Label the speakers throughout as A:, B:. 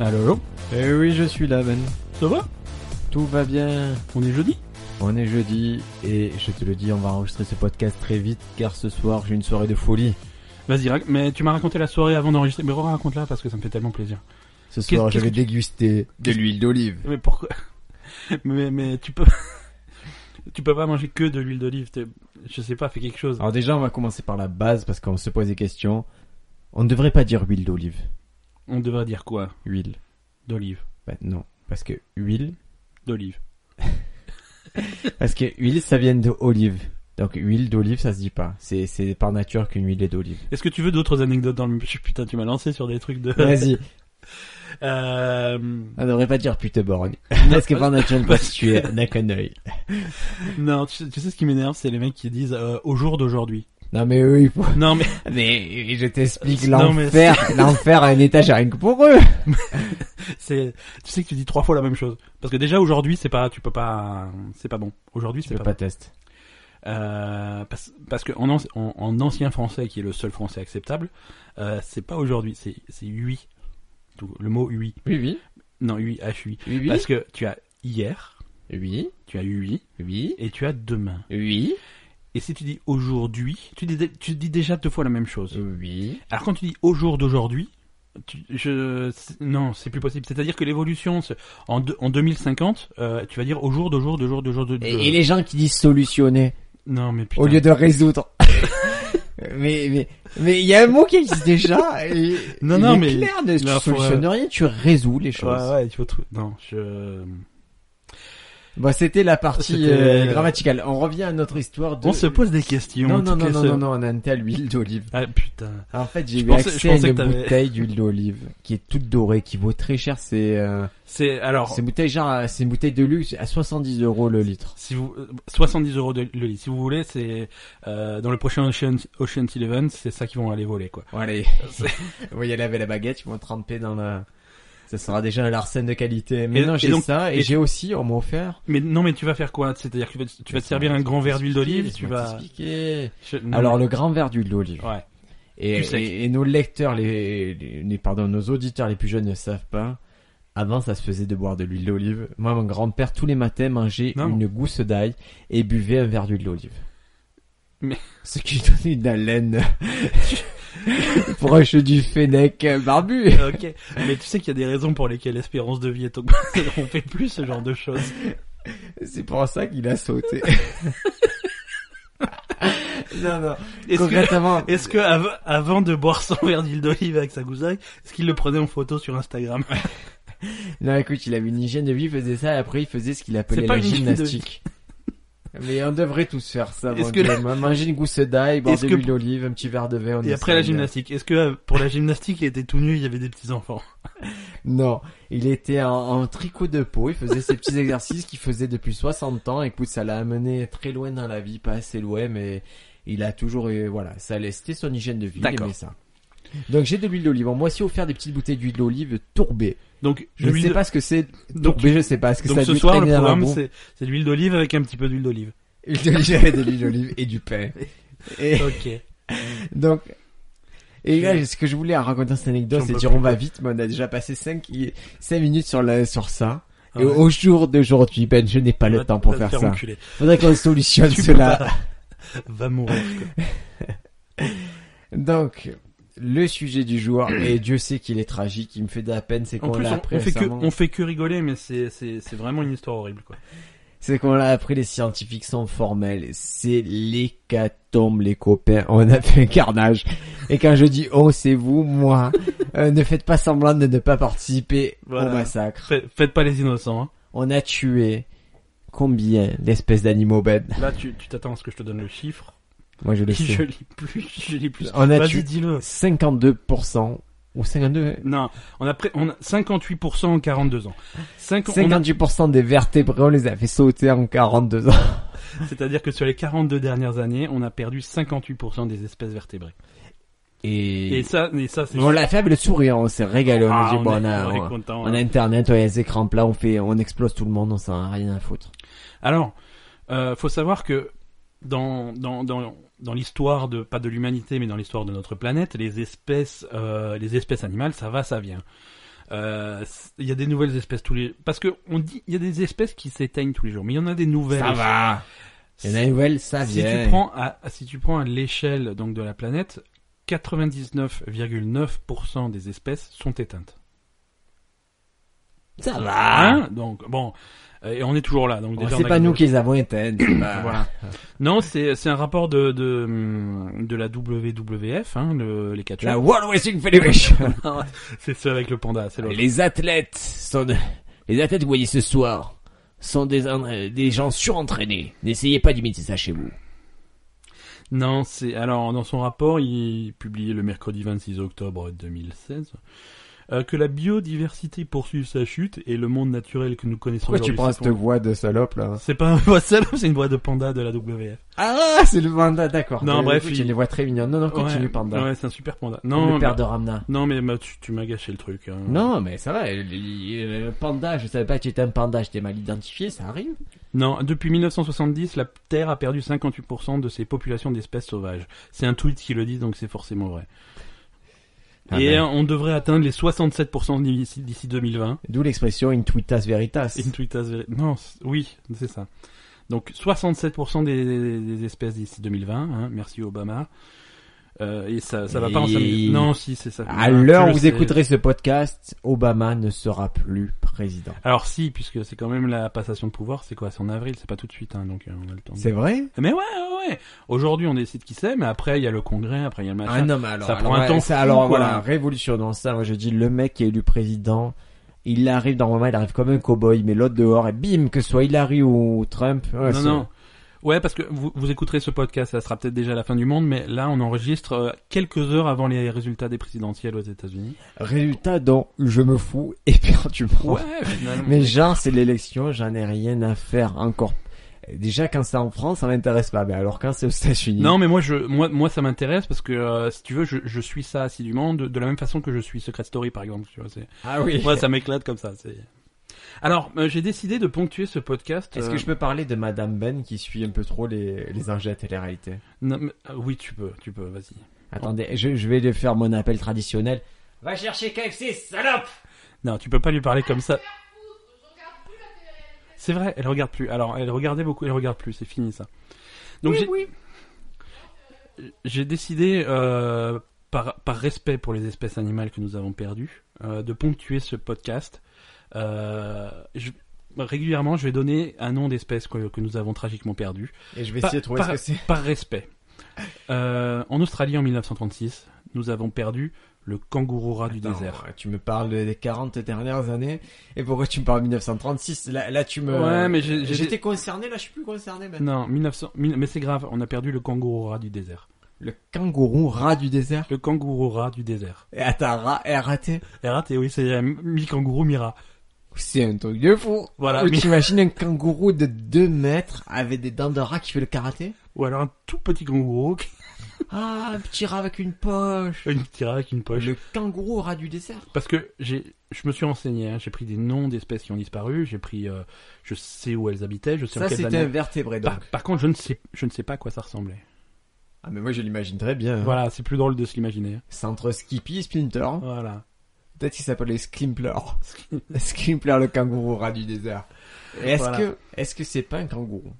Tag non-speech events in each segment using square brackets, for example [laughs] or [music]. A: Allô, allô
B: Eh oui, je suis là, Ben.
A: Ça va
B: Tout va bien.
A: On est jeudi
B: On est jeudi et je te le dis, on va enregistrer ce podcast très vite car ce soir j'ai une soirée de folie.
A: Vas-y, rac- mais tu m'as raconté la soirée avant d'enregistrer. Mais raconte-la parce que ça me fait tellement plaisir.
B: Ce
A: Qu'est-
B: soir, je
A: qu'est-ce
B: vais
A: que
B: déguster de l'huile d'olive.
A: Mais pourquoi [laughs] mais, mais tu peux... [laughs] tu peux pas manger que de l'huile d'olive. t'es- Je sais pas, fais quelque chose.
B: Alors déjà, on va commencer par la base parce qu'on se pose des questions. On ne devrait pas dire huile d'olive.
A: On devrait dire quoi
B: Huile.
A: D'olive.
B: Ben non, parce que
A: [laughs]
B: huile,
A: D'olive.
B: parce que huile, ça vient de olive. Donc huile d'olive, ça se dit pas. C'est c'est par nature qu'une huile
A: [laughs]
B: est d'olive.
A: Est-ce que tu veux d'autres anecdotes dans le... Putain, tu m'as lancé sur des trucs de...
B: Vas-y.
A: [laughs] Euh,
B: On ne devrait pas dire pute borgne.
A: [laughs]
B: parce que par nature, une prostituée n'a qu'un œil.
A: Non, tu sais, tu sais ce qui m'énerve, c'est les mecs qui disent euh, au jour d'aujourd'hui. [laughs]
B: Non mais eux, il faut...
A: Non mais
B: Mais je t'explique
A: Non, mais
B: l'enfer, l'enfer à un étage rien que pour eux.
A: c'est tu sais que tu dis trois fois la même chose parce que déjà aujourd'hui c'est pas tu peux pas c'est pas bon. Aujourd'hui
B: Tu
A: c'est
B: peux
A: pas,
B: pas test.
A: bon. Euh, parce, parce que en, anci- en- en ancien français qui est le seul français acceptable, euh, c'est pas aujourd'hui, c'est c'est hui. Tout- Le mot hui.
B: Oui, oui,
A: Non, hui h hui.
B: oui, oui,
A: Parce que tu as hier,
B: oui,
A: tu as hui
B: oui,
A: et tu as demain.
B: oui,
A: Et si tu dis aujourd'hui, tu dis tu dis déjà deux fois la même
B: Euh.
A: chose.
B: oui.
A: Alors quand tu dis au jour d'aujourd'hui, tu- je c'est- non, c'est plus possible. C'est-à-dire que l'évolution se- en, deux- en 2050, euh, tu vas dire au jour de jour de jour de jour de. de-
B: Et, et les gens qui disent solutionner
A: Non mais putain.
B: au lieu de résoudre. [laughs] mais mais mais il y a un mot qui existe déjà. Et,
A: Non,
B: il
A: non,
B: est
A: mais-
B: clair, ne
A: là, faut,
B: solutionne rien, tu résous les choses.
A: Ouais ouais, il faut trou- Non, je.
B: Bon, c'était la partie
A: C'était,
B: euh,
A: euh,
B: grammaticale. On revient à notre histoire de.
A: On se pose des questions.
B: non non
A: toutes
B: non
A: les
B: non, non
A: semaines.
B: non, on en était à l'huile d'olive.
A: Ah putain.
B: En fait, j'ai
A: Je
B: eu
A: pensais- je
B: accès à
A: pensais
B: une
A: que t'avais-
B: bouteille d'huile d'olive qui est toute dorée, qui vaut très cher. C'est euh,
A: C'est alors.
B: c'est une bouteille genre, euh, c'est une bouteille de luxe à 70 euros le litre.
A: Si vous euh, 70 euros de- le lit, si vous voulez, c'est euh, dans le prochain Ocean Ocean's Eleven, c'est ça qu'ils vont aller voler quoi.
B: Bon, allez, [laughs] vous voyez laver la baguette, ils vont tremper dans la. Ça sera déjà un larsen de qualité. Mais
A: Et-
B: non,
A: et
B: j'ai
A: donc-
B: ça et,
A: et-
B: j'ai aussi, on m'a offert.
A: Mais non mais tu vas faire quoi C'est-à-dire que tu vas, tu vas te servir un grand verre d'huile d'olive, tu
B: Laisse-moi
A: vas.
B: t'expliquer.
A: Je- non,
B: Alors
A: mais-
B: le grand verre d'huile
A: [laughs]
B: d'olive.
A: Ouais.
B: Et,
A: Tu sais.
B: et- et nos lecteurs, les, les- les- pardon, nos auditeurs les plus jeunes ne savent pas. Avant, ça se faisait de boire de l'huile d'olive. Moi, mon grand-père, tous les matins, mangeait
A: Non.
B: une gousse d'ail et buvait un verre d'huile d'olive.
A: Mais-
B: Ce qui lui donnait une haleine [laughs] proche du fennec barbu.
A: Ok, mais tu sais qu'il y a des raisons pour lesquelles l'espérance de vie est augmentée. [laughs] On fait plus ce genre de choses.
B: C'est pour ça qu'il a sauté. non, non.
A: Est-ce que,
B: Concrètement,
A: est-ce que av- avant de boire [laughs] son verre d'huile d'olive avec sa goussaille, est-ce qu'il le prenait en photo sur Instagram
B: Non, écoute, il avait une hygiène de vie, il faisait ça, et après il faisait ce qu'il appelait
A: C'est pas
B: la
A: une hygiène de vie.
B: gymnastique. Mais on devrait tous faire ça,
A: Est-ce
B: mon
A: que-
B: Dieu. Manger une gousse d'ail, boire
A: Est-ce
B: de
A: que-
B: l'huile d'olive, un petit verre de vin. on
A: Et
B: est
A: après la
B: servi.
A: gymnastique, est-ce que euh, pour la gymnastique, il était tout nu, il y avait des petits enfants [laughs]
B: Non, il était en, en tricot de peau, il faisait ses petits exercices qu'il faisait depuis 60 ans. Écoute, ça l'a amené très loin dans la vie, pas assez loin, mais il a toujours... eu- Voilà, ça allait- c'était son hygiène de vie, il
A: D'accord.
B: aimait ça. Donc j'ai de l'huile d'olive. On m'a aussi offert des petites bouteilles d'huile d'olive tourbée.
A: Donc
B: Je ne
A: l'huile
B: sais
A: de-
B: pas ce que c'est...
A: Donc,
B: Tourbée, je sais pas ce que
A: donc
B: ça a
A: ce
B: dû
A: soir, le
B: traîner dans la
A: programme,
B: boue.
A: c'est, c'est de l'huile d'olive avec un petit peu d'huile
B: [laughs]
A: d'olive.
B: Huile d'olive, j'avais de l'huile d'olive et du pain. Et
A: Ok.
B: donc, et là, ce que je voulais raconter dans cette anecdote,
A: J'en
B: c'est
A: peux
B: dire
A: plus.
B: on va vite, mais on a déjà passé 5, minutes sur, la, sur ça.
A: Ah
B: Et
A: ouais. Ah,
B: au jour d'aujourd'hui, Ben, je n'ai pas le
A: Va-
B: temps pour
A: va te
B: faire ça. [laughs]
A: enculer. [laughs]
B: Faudrait qu'on solutionne
A: Tu peux
B: cela. [laughs]
A: pas. Va mourir. quoi.
B: Donc, le sujet du jour, et Dieu sait qu'il est tragique, il me fait de la peine, c'est
A: En
B: qu'on
A: plus,
B: l'a
A: on,
B: appris
A: on fait que,
B: récemment.
A: on fait que rigoler, mais c'est, c'est, c'est vraiment une histoire horrible, quoi.
B: C'est qu'on l'a appris, les scientifiques sont formels. C'est l'hécatombe, les copains. On a fait un carnage. Et quand je dis on, c'est vous, moi. Euh, ne faites pas semblant de ne pas participer
A: Voilà.
B: au massacre.
A: Faites, faites pas les innocents, hein.
B: On a tué combien d'espèces d'animaux bêtes
A: Là, tu, tu t'attends à ce que je te donne le chiffre.
B: Moi, je le sais.
A: Je lis plus, [laughs] je lis plus.
B: On a
A: Vas-y,
B: tué
A: dis-le.
B: 52% ou 52 hein
A: Non, on a, pré- on a 58% en 42 ans. Cinq- on a-
B: 58% des vertébrés, on les a fait sauter en 42 ans.
A: C'est-à-dire que sur les 42 dernières années, on a perdu 58% des espèces vertébrées.
B: Et,
A: Et ça, et ça c'est...
B: on l'a fait avec le sourire, on s'est régalé. On a
A: Ah,
B: dit,
A: on
B: bon,
A: est-
B: on a-
A: on est
B: on-
A: content,
B: On
A: hein.
B: a internet, on a les écrans plats, on fait, on explose tout le monde, on s'en a rien à foutre.
A: Alors, euh, faut savoir que dans, dans, dans, dans l'histoire de, pas de l'humanité, mais dans l'histoire de notre planète, les espèces, euh, les espèces animales, ça va, ça vient. Euh, c- Il y a des nouvelles espèces tous les parce que on dit il y a des espèces qui s'éteignent tous les jours, mais il y en a des nouvelles.
B: Ça va. Il y en a une nouvelle, ça
A: Si
B: vient.
A: tu prends à à- si tu prends à l'échelle donc de la planète, 99,9% des espèces sont éteintes.
B: Ça va.
A: Hein donc bon, euh, et on est toujours là. Donc
B: Bon,
A: déjà, on
B: bah. Oh, c'est
A: a
B: pas
A: quelque
B: nous
A: chose.
B: qui les avons éteintes.
A: [coughs]
B: c'est pas-
A: Voilà. Non, c'est c'est un rapport de de hum, de la WWF, hein, le- les catcheurs.
B: La World
A: [coughs]
B: Wrestling Federation.
A: c'est ceux avec le panda,
B: Ah,
A: c'est l'autre.
B: Les athlètes sont de- les athlètes que vous voyez ce soir sont des, en- euh, des gens surentraînés. N'essayez pas d'imiter ça chez vous.
A: Non, c'est alors dans son rapport, il publié le mercredi 26 octobre 2016 euh, que la biodiversité poursuit sa chute et le monde naturel que nous connaissons
B: Pourquoi tu
A: aujourd'hui
B: prends
A: s'effondre.
B: cette voix de salope là
A: C'est [laughs] pas une voix salope, c'est une voix de panda de la WF.
B: Ah, c'est le panda, d'accord.
A: Non,
B: Mais
A: bref,
B: écoute,
A: il-
B: j'ai les voix très mignonnes. Non, non, continue
A: ouais,
B: panda.
A: Ouais, c'est un super panda.
B: Non,
A: Non,
B: le père
A: bah-
B: de Ramna.
A: non mais bah, tu, tu m'as gâché le truc. hein.
B: Non, mais ça va. il- il- le Panda, je savais pas que tu étais un panda. J'étais mal identifié, ça arrive.
A: Non, depuis 1970, la Terre a perdu 58% de ses populations d'espèces sauvages. C'est un tweet qui le dit, donc c'est forcément vrai.
B: Ah
A: Et
B: ben.
A: on devrait atteindre les 67% d'ici d'ici 2020.
B: D'où l'expression in tweetas veritas.
A: Et une tweet as very- Non, c- oui, c'est ça. Donc 67% des, des- des espèces d'ici 2020. hein, merci Obama. Euh, et ça, ça va pas en
B: Et-
A: 5 minutes. Non, si, c'est ça.
B: À l'heure
A: Je
B: où vous
A: sais.
B: écouterez ce podcast, Obama ne sera plus président.
A: Alors si, puisque c'est quand même la passation de pouvoir, c'est quoi C'est en avril, c'est pas tout de suite, hein, donc euh, on a le temps. de-
B: C'est vrai
A: Mais ouais, ouais, ouais. Aujourd'hui, on décide qui c'est, mais après, il y a le congrès, après, il y a le machin.
B: Ah non, mais alors,
A: ça
B: alors,
A: prend un
B: ouais,
A: temps
B: ça,
A: fou,
B: alors
A: quoi.
B: voilà, révolutionnant ça. Moi, je dis le mec qui est élu président, il arrive normalement, il arrive comme un cow-boy, mais l'autre dehors et bim, que ce soit Hillary ou Trump.
A: non,
B: ouais, c'est-
A: non. Ouais, parce que vous, vous écouterez ce podcast, ça sera peut-être déjà la fin du monde, mais là, on enregistre euh, quelques heures avant les résultats des présidentielles aux États-Unis.
B: Résultat dont je me fous et perdu.
A: finalement.
B: Mais genre, c'est l'élection, j'en ai rien à faire encore. Déjà, quand c'est en France, ça m'intéresse pas. Mais alors, quand c'est aux États-Unis.
A: Non, mais moi, je, moi, moi, ça m'intéresse parce que euh, si tu veux, je, je suis ça assidûment, de, de la même façon que je suis Secret Story, par exemple. Tu vois, c'est-
B: Ah oui.
A: moi, ça m'éclate comme ça. C'est. Alors, euh, j'ai décidé de ponctuer ce podcast.
B: [laughs] Est-ce
A: euh,
B: que je peux parler de Madame Ben qui suit un peu trop les, les enjeux de la télé-réalité?
A: non, mais- ah, oui, tu peux, tu peux, vas-y.
B: Attendez, je, je vais lui faire mon appel traditionnel. Va chercher KFC, salope!
A: Non, tu peux pas lui parler comme ça. C'est vrai, elle regarde plus. Alors, elle regardait beaucoup, elle regarde plus, c'est fini ça. Donc j'ai j'ai décidé euh, par par respect pour les espèces animales que nous avons perdues euh, de ponctuer ce podcast. Euh, je- régulièrement, je vais donner un nom d'espèce que, que nous avons tragiquement perdu
B: Et je vais
A: Pas-
B: essayer de trouver
A: pas-
B: ce que c'est.
A: par respect. Euh, en Australie en 1936, nous avons perdu le kangourou rat du désert.
B: Attends, Tu me parles des 40 dernières années. Et pourquoi tu me parles de 1936 là, là, tu me...
A: Ouais, mais j'ai- j'ai-
B: J'étais concerné, là, je suis plus concerné. Ben.
A: Non, 1900, mille- mais c'est grave, on a perdu le kangourou rat du désert.
B: Le kangourou rat du désert.
A: Le kangourou rat du désert.
B: Et attends, rat est raté.
A: Et rat, et oui, c'est euh, mi-kangourou, mi-rat.
B: C'est un truc de fou.
A: Voilà,
B: Euh,
A: mais-
B: T'imagines un kangourou de 2 mètres avec des dents de rat qui fait
A: [laughs]
B: le karaté
A: Ou alors un tout petit kangourou, qui
B: Ah, un petit rat avec une poche.
A: a une petite rat avec une poche.
B: Le kangourou rat du désert.
A: Parce que j'ai, je me suis renseigné, hein, j'ai pris des noms d'espèces qui ont disparu, j'ai pris, euh, je sais où elles habitaient, je sais en
B: Ça,
A: quelles
B: c'était un
A: années.
B: vertébré, donc.
A: Par, par contre, je ne sais, je ne sais pas à quoi ça ressemblait.
B: Ah, mais moi, je l'imagine très bien.
A: Voilà, c'est plus drôle de se l'imaginer.
B: C'est entre Skippy et Splinter.
A: Voilà.
B: Peut-être qu'il s'appelle
A: [laughs]
B: les Skimpler. Skimpler, le kangourou rat du désert. Et Est-ce
A: Voilà.
B: que, est-ce que c'est pas un kangourou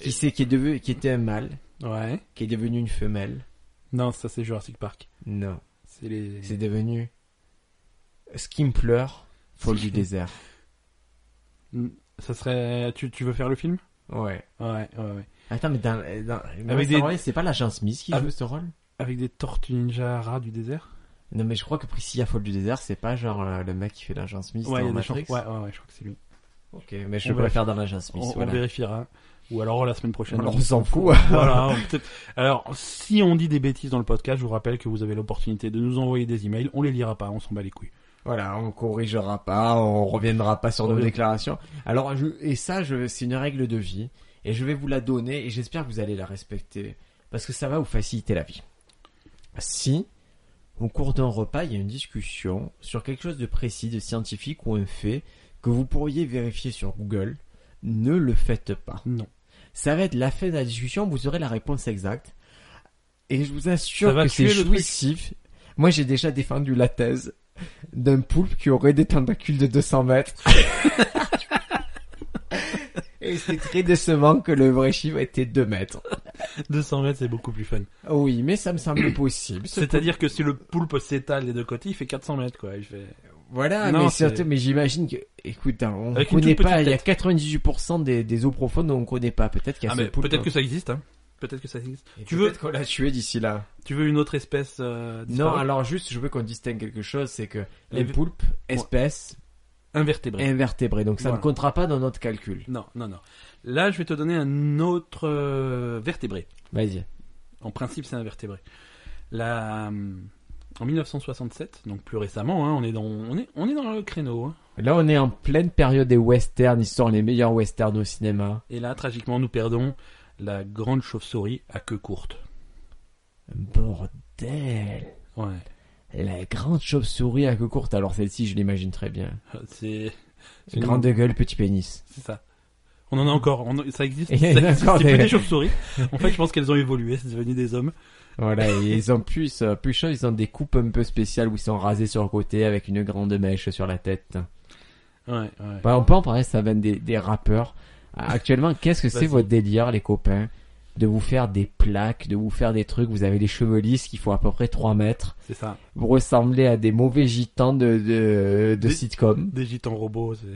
A: Et-
B: Qui c'est qui est devenu, qui était un mâle,
A: Ouais.
B: qui est devenu une femelle
A: Non, ça c'est Jurassic Park.
B: Non,
A: C'est les.
B: c'est devenu Skimpler,
A: [laughs]
B: folle du désert.
A: Ça serait, tu, tu veux faire le film
B: Ouais.
A: Ouais, ouais, ouais.
B: Attends, mais dans, euh, dans
A: Avec
B: dans-
A: des-
B: c'est pas l'agent Smith qui
A: Ah.
B: joue ce rôle
A: Avec des tortues ninja rats du désert.
B: Non, mais je crois que Priscilla folle du désert, c'est pas genre euh, le mec qui fait l'agent Smith
A: Ouais, il y
B: dans
A: a des
B: Matrix.
A: chances. Ouais, ouais, ouais, je crois que c'est lui.
B: Ok, mais je
A: On
B: le préfère dans l'agent
A: On,
B: Smith.
A: on
B: voilà.
A: vérifiera. Ou alors la semaine prochaine.
B: Alors, on s'en fout.
A: [laughs] voilà. on peut- Alors, si on dit des bêtises dans le podcast, je vous rappelle que vous avez l'opportunité de nous envoyer des emails. On les lira pas, on s'en bat les couilles.
B: Voilà, on corrigera pas, on reviendra pas sur nos
A: Oui.
B: déclarations. Alors, je, et ça, je, c'est une règle de vie, et je vais vous la donner, et j'espère que vous allez la respecter, parce que ça va vous faciliter la vie. Si, au cours d'un repas, il y a une discussion sur quelque chose de précis, de scientifique ou un fait que vous pourriez vérifier sur Google, ne le faites pas.
A: Non.
B: Ça va être la fin de la discussion, vous aurez la réponse exacte, et je vous assure
A: Ça va
B: que c'est
A: tuer le truc.
B: jouissif. Moi, j'ai déjà défendu la thèse d'un poulpe qui aurait des tentacules de 200 mètres.
A: [laughs]
B: Et c'est très décevant que le vrai chiffre était 2 mètres.
A: 200 mètres, c'est beaucoup plus fun.
B: Oui, mais ça me semble possible. Ce
A: C'est-à-dire que si le poulpe s'étale des deux côtés, il fait 400 mètres, quoi. Il fait-
B: Voilà,
A: Non,
B: mais
A: c'est-
B: surtout, mais j'imagine que, écoute, hein, on
A: Avec une
B: connaît
A: toute
B: pas, il
A: petite
B: y a 98% des, des eaux profondes dont on connaît pas, peut-être qu'il y a
A: Ah,
B: ce
A: mais
B: poulpe.
A: peut-être que ça existe, hein. Peut-être que ça existe.
B: Et
A: tu
B: peut-être
A: veux-
B: qu'on l'a tué d'ici là.
A: Tu veux une autre espèce euh,
B: Non,
A: disparue
B: alors juste, je veux qu'on distingue quelque chose, c'est que
A: Les-
B: les poulpes, espèces,
A: Invertébrée.
B: invertébrés, donc ça ne
A: Voilà.
B: comptera pas dans notre calcul.
A: Non, non, non. Là, je vais te donner un autre euh, vertébré.
B: Vas-y.
A: En principe, c'est un vertébré. La, hum, en 1967, donc plus récemment, hein, on, est dans, on, est, on est dans le créneau. hein.
B: Là, on est en pleine période des westerns, ils sortent les meilleurs westerns au cinéma.
A: Et là, tragiquement, nous perdons la grande chauve-souris à queue courte.
B: Bordel
A: Ouais. [laughs]
B: La grande chauve-souris à queue courte, alors celle-ci, je l'imagine très bien.
A: C'est c'est une-
B: Grande gueule, petit pénis.
A: c'est ça. On en a encore. on en- ça existe.
B: Et il y en a
A: ça existe.
B: encore
A: C'est
B: des-
A: plus des chauves-souris. En fait, je pense qu'elles ont évolué. C'est devenu des hommes.
B: Voilà, et ils ont plus, euh, plus chaud, ils ont des coupes un peu spéciales où ils sont rasés sur le côté avec une grande mèche sur la tête.
A: Ouais, ouais.
B: Bah, on peut en parler, ça va des, des rappeurs. Actuellement, qu'est-ce que c'est
A: Vas-y.
B: votre délire, les copains De vous faire des plaques, de vous faire des trucs, vous avez les cheveux lisses qui font à peu près 3 mètres.
A: C'est ça.
B: Vous ressemblez à des mauvais gitans de, de, de
A: Des-
B: sitcom.
A: Des gitans robots. c'est-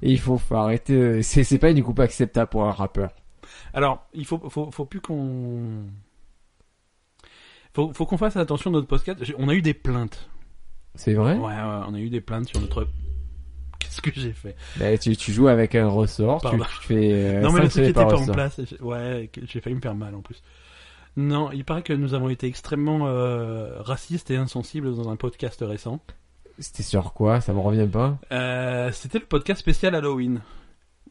B: Et il faut, faut arrêter, euh, c'est, c'est pas une coupe acceptable pour un rappeur.
A: Alors, il faut, faut, faut plus qu'on. Faut, faut qu'on fasse attention à notre podcast. J'ai- On a eu des plaintes.
B: C'est vrai
A: Ouais, ouais, on a eu des plaintes sur notre. Qu'est-ce que j'ai fait
B: Bah, tu, tu joues avec un ressort, tu,
A: Pardon.
B: tu fais... euh,
A: Non, mais le truc
B: sanctionner
A: était
B: par
A: pas en
B: ressort.
A: place. et j'ai- Ouais, que- j'ai failli me faire mal en plus. Non, il paraît que nous avons été extrêmement euh, racistes et insensibles dans un podcast récent.
B: C'était sur quoi Ça me revient pas
A: Euh, C'était le podcast spécial Halloween.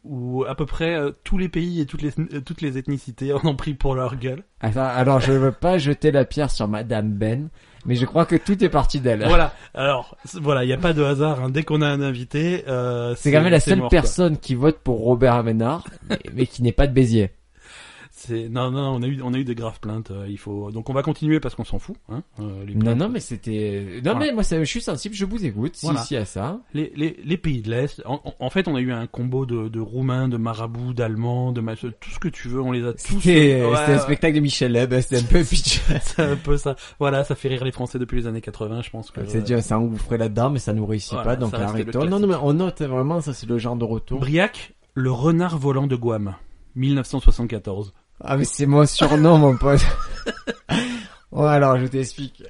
A: Où à peu près euh, tous les pays et toutes les, euh, toutes les ethnicités en ont pris pour leur gueule.
B: Attends, alors je veux pas jeter la pierre sur Madame Ben, mais je crois que tout est parti d'elle.
A: Voilà. Alors, c'est- voilà, il n'y a pas de hasard. hein. Dès qu'on a un invité, euh,
B: C'est quand même la
A: c'est
B: seule
A: mort, quoi.
B: personne qui vote pour Robert Aménard, mais, mais qui n'est pas de Béziers.
A: C'est non, non, on a eu, on a eu de graves plaintes. euh, il faut donc on va continuer parce qu'on s'en fout. Hein, euh, les,
B: Non, non, mais c'était... Non,
A: Voilà.
B: mais moi, ça, je suis sensible, je vous écoute, si,
A: Voilà.
B: si, à ça.
A: les, les, les pays de l'Est. En, en- en fait, on a eu un combo de, de roumains, de marabouts, d'allemands, de mach- tout ce que tu veux. On les a [laughs] tous.
B: C'était
A: Ouais,
B: c'était un
A: ouais.
B: spectacle de Michel Leb, c'était un peu
A: [laughs]
B: pitch.
A: C'est un peu ça. Voilà, ça fait rire les Français depuis les années 80, je pense que.
B: C'est
A: euh,
B: dur, ça engouffrait là-dedans, mais ça nous réussit
A: Voilà,
B: pas, donc
A: ça restait le
B: arrêtons. Non, non, mais on note vraiment, ça c'est le genre de retour.
A: euh, Briac, le renard volant de Guam, 1974.
B: Ah, mais c'est mon surnom, mon pote. ouais, alors, je t'explique.